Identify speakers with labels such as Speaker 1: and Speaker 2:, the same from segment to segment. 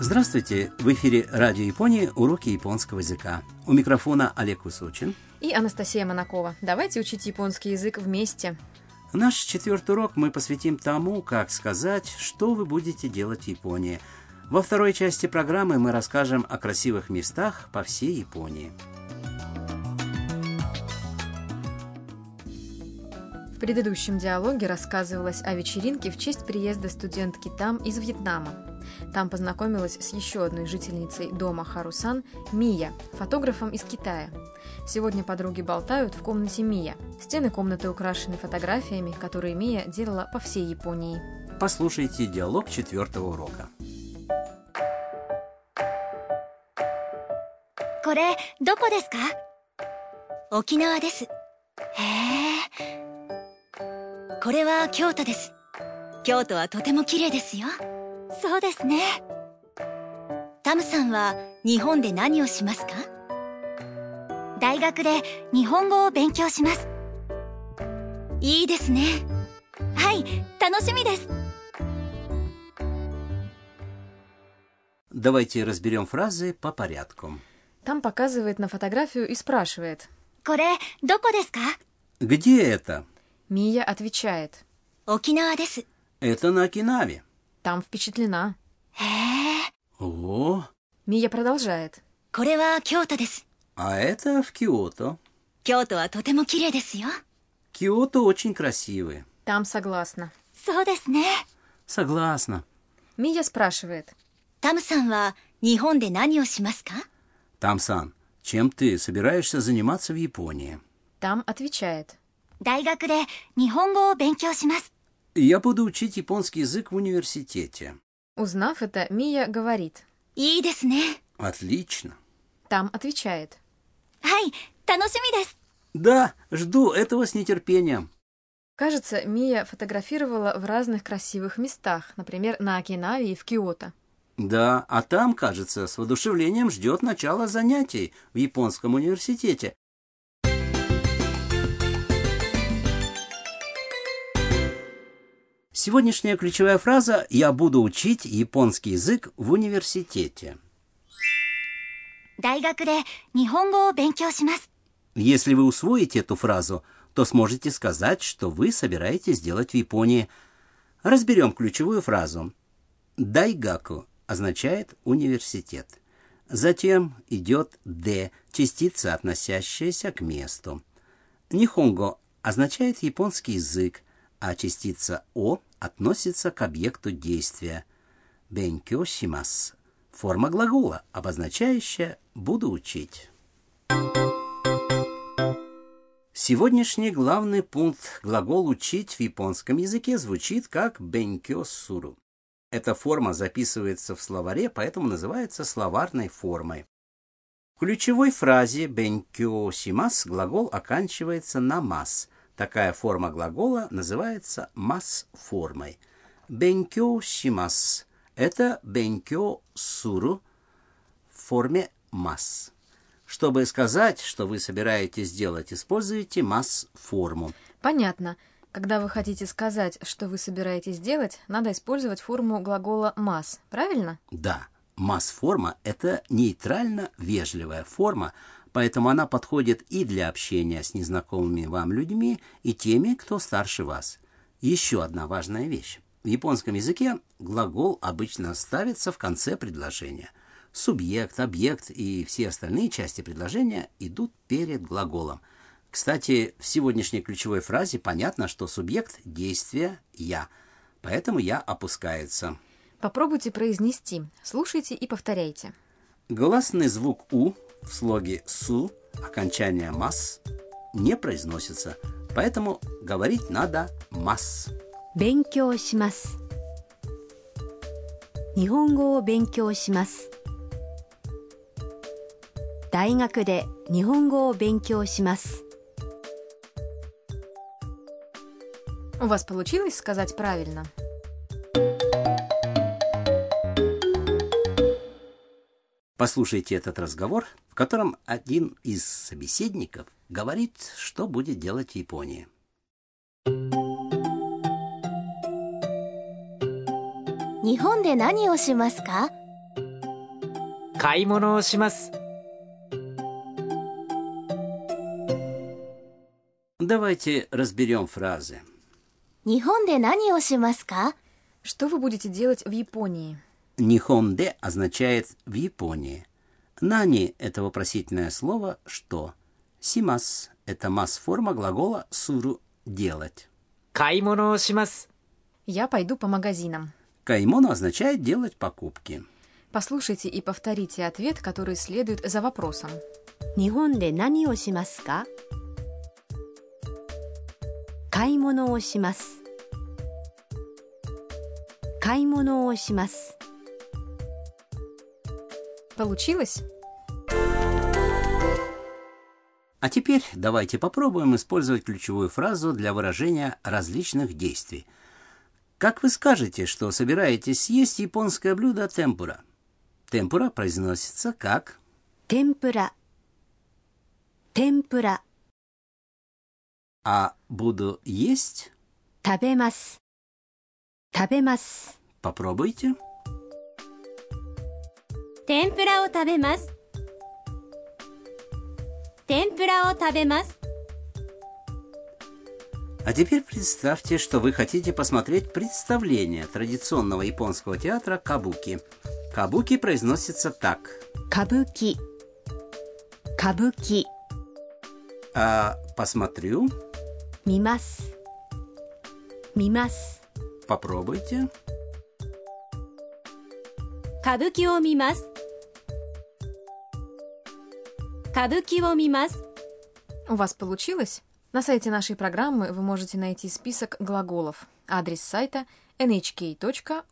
Speaker 1: Здравствуйте! В эфире Радио Японии «Уроки японского языка». У микрофона Олег Усочин.
Speaker 2: И Анастасия Монакова. Давайте учить японский язык вместе.
Speaker 1: Наш четвертый урок мы посвятим тому, как сказать, что вы будете делать в Японии. Во второй части программы мы расскажем о красивых местах по всей Японии.
Speaker 2: В предыдущем диалоге рассказывалось о вечеринке в честь приезда студентки Там из Вьетнама. Там познакомилась с еще одной жительницей дома Харусан Мия, фотографом из Китая. Сегодня подруги болтают в комнате Мия. Стены комнаты украшены фотографиями, которые Мия делала по всей Японии.
Speaker 1: Послушайте диалог четвертого урока.
Speaker 3: これどこですか沖縄ですへえこれは京都です京都はとても綺麗ですよそうですねタムさんは日本で何をしますか大学で日本語を勉強しますいいですねはい楽しみです
Speaker 1: Давайте разберем фразы по порядку.
Speaker 2: Там показывает на фотографию и спрашивает.
Speaker 3: これどこですか
Speaker 1: Где это?
Speaker 2: Мия отвечает.
Speaker 3: 沖縄です
Speaker 1: Это на Окинаве.
Speaker 2: Там впечатлена.
Speaker 3: へえ
Speaker 1: О,
Speaker 2: Мия продолжает.
Speaker 3: これは京都です
Speaker 1: а это в Киото.
Speaker 3: 京都はとても綺麗ですよ
Speaker 1: Киото очень красивые.
Speaker 2: Там согласна.
Speaker 3: そうですね
Speaker 1: Согласна.
Speaker 2: Мия спрашивает.
Speaker 3: タムさんは日本で何をしますか
Speaker 1: Тамсан, чем ты собираешься заниматься в Японии?
Speaker 2: Там отвечает.
Speaker 3: 大学で日本語を勉強します
Speaker 1: Я буду учить японский язык в университете.
Speaker 2: Узнав это, Мия говорит.
Speaker 3: いいですね
Speaker 1: Отлично.
Speaker 2: Там отвечает.
Speaker 3: はい楽しみです
Speaker 1: Да, жду этого с нетерпением.
Speaker 2: Кажется, Мия фотографировала в разных красивых местах, например, на Окинаве и в Киото.
Speaker 1: Да, а там, кажется, с воодушевлением ждет начало занятий в японском университете. Сегодняшняя ключевая фраза «Я буду учить японский язык в университете».
Speaker 3: 大学で日本語を勉強します
Speaker 1: Если вы усвоите эту фразу, то сможете сказать, что вы собираетесь делать в Японии. Разберем ключевую фразу. Дайгаку означает университет. Затем идет «д», частица, относящаяся к месту. Нихонго означает японский язык, а частица «о» относится к объекту действия. Бенкё симас – форма глагола, обозначающая «буду учить». Сегодняшний главный пункт глагол «учить» в японском языке звучит как «бенкё суру». Эта форма записывается в словаре, поэтому называется словарной формой. В ключевой фразе «бенкё симас» глагол оканчивается на «мас». Такая форма глагола называется «мас-формой». «Бенкё симас» — это «бенкё суру» в форме «мас». Чтобы сказать, что вы собираетесь делать, используйте масс-форму.
Speaker 2: Понятно. Когда вы хотите сказать, что вы собираетесь делать, надо использовать форму глагола «мас», правильно?
Speaker 1: Да, масс-форма – это нейтрально-вежливая форма, поэтому она подходит и для общения с незнакомыми вам людьми, и теми, кто старше вас. Еще одна важная вещь. В японском языке глагол обычно ставится в конце предложения. Субъект, объект и все остальные части предложения идут перед глаголом. Кстати, в сегодняшней ключевой фразе понятно, что субъект действия «я», поэтому «я» опускается.
Speaker 2: Попробуйте произнести. Слушайте и повторяйте.
Speaker 1: Гласный звук «у» в слоге «су» окончание «мас» не произносится, поэтому говорить надо «мас».
Speaker 3: 勉強します日本語を勉強します大学で日本語を勉強します
Speaker 2: У вас получилось сказать правильно?
Speaker 1: Послушайте этот разговор, в котором один из собеседников говорит, что будет делать в Японии.
Speaker 3: 日本で何をしますか
Speaker 4: 買い物をします。
Speaker 1: Давайте разберем фразы.
Speaker 3: 日本で何をしますか
Speaker 2: Что вы будете делать в Японии?
Speaker 1: Нихонде означает в Японии. Нани – это вопросительное слово «что». Симас – это масс-форма глагола «суру» – «делать».
Speaker 4: 買い物をします。
Speaker 2: Я пойду по магазинам.
Speaker 1: Каймоно означает «делать покупки».
Speaker 2: Послушайте и повторите ответ, который следует за вопросом.
Speaker 5: 日本で何をしますか買い物をします買い物をします
Speaker 2: Получилось?
Speaker 1: А теперь давайте попробуем использовать ключевую фразу для выражения различных действий. Как вы скажете, что собираетесь съесть японское блюдо темпура? Темпура произносится как
Speaker 5: 天ぷら天ぷら
Speaker 1: «а буду есть».
Speaker 5: 食べます食べます
Speaker 1: Попробуйте.
Speaker 6: 天ぷらを食べます天ぷらを食べます
Speaker 1: А теперь представьте, что вы хотите посмотреть представление традиционного японского театра «Кабуки». «Кабуки» произносится так.
Speaker 5: 歌舞伎歌舞伎
Speaker 1: А «посмотрю»,
Speaker 5: 見ます見ます
Speaker 1: «попробуйте»,
Speaker 6: 歌舞伎を見ます歌舞伎を見ます
Speaker 2: У вас получилось? На сайте нашей программы вы можете найти список глаголов. Адрес сайта nhk.oa.jp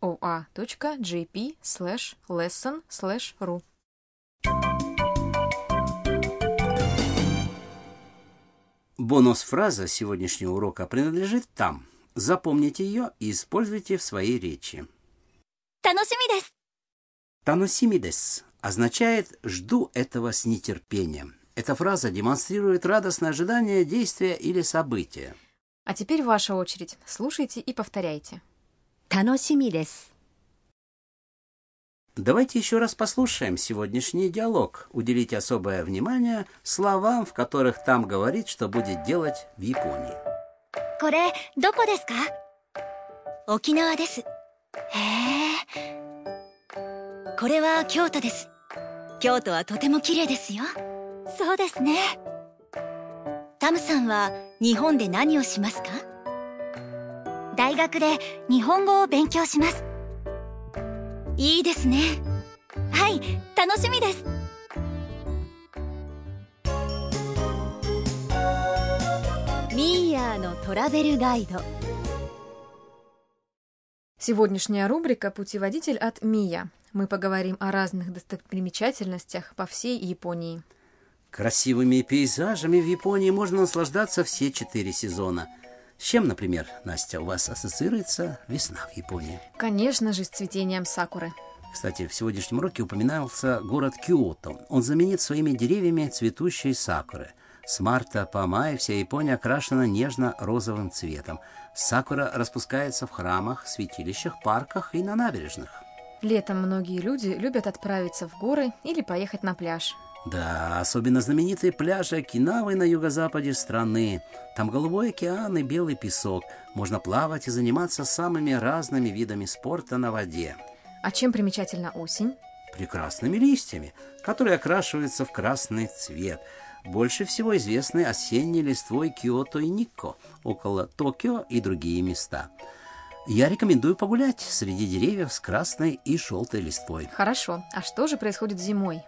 Speaker 2: lesson ru.
Speaker 1: Бонус-фраза сегодняшнего урока принадлежит там. Запомните ее и используйте в своей речи.
Speaker 3: 楽しみです
Speaker 1: «Таносимидес» означает «жду этого с нетерпением». Эта фраза демонстрирует радостное ожидание действия или события.
Speaker 2: А теперь ваша очередь. Слушайте и повторяйте.
Speaker 5: 楽しみです
Speaker 1: Давайте еще раз послушаем сегодняшний диалог. Уделите особое внимание словам, в которых там говорит, что будет делать в Японии.
Speaker 3: これどこですか沖縄ですへえこれは京都です京都はとても綺麗ですよそうですねタムさんは日本で何をしますか大学で日本語を勉強しますいいですねはい楽しみです
Speaker 5: ミーヤーのトラベルガイド
Speaker 2: Сегодняшняя рубрика «Путеводитель от Мия». Мы поговорим о разных достопримечательностях по всей Японии.
Speaker 1: Красивыми пейзажами в Японии можно наслаждаться все четыре сезона. С чем, например, Настя, у вас ассоциируется весна в Японии?
Speaker 2: Конечно же, с цветением сакуры.
Speaker 1: Кстати, в сегодняшнем уроке упоминался город Киото. Он заменит своими деревьями цветущие сакуры. С марта по май вся Япония окрашена нежно-розовым цветом. Сакура распускается в храмах, святилищах, парках и на набережных.
Speaker 2: Летом многие люди любят отправиться в горы или поехать на пляж.
Speaker 1: Да, особенно знаменитые пляжи Окинавы на юго-западе страны. Там голубой океан и белый песок. Можно плавать и заниматься самыми разными видами спорта на воде.
Speaker 2: А чем примечательна осень?
Speaker 1: прекрасными листьями, которые окрашиваются в красный цвет. Больше всего известны осенней листвой Киото и Никко, около Токио и другие места. Я рекомендую погулять среди деревьев с красной и желтой листвой.
Speaker 2: Хорошо. А что же происходит зимой?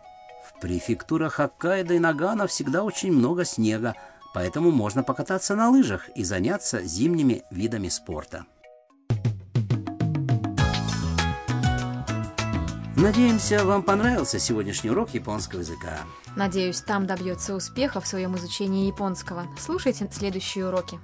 Speaker 1: В префектурах Хоккайдо и Нагано всегда очень много снега, поэтому можно покататься на лыжах и заняться зимними видами спорта. Надеемся, вам понравился сегодняшний урок японского языка.
Speaker 2: Надеюсь, там добьется успеха в своем изучении японского. Слушайте следующие уроки.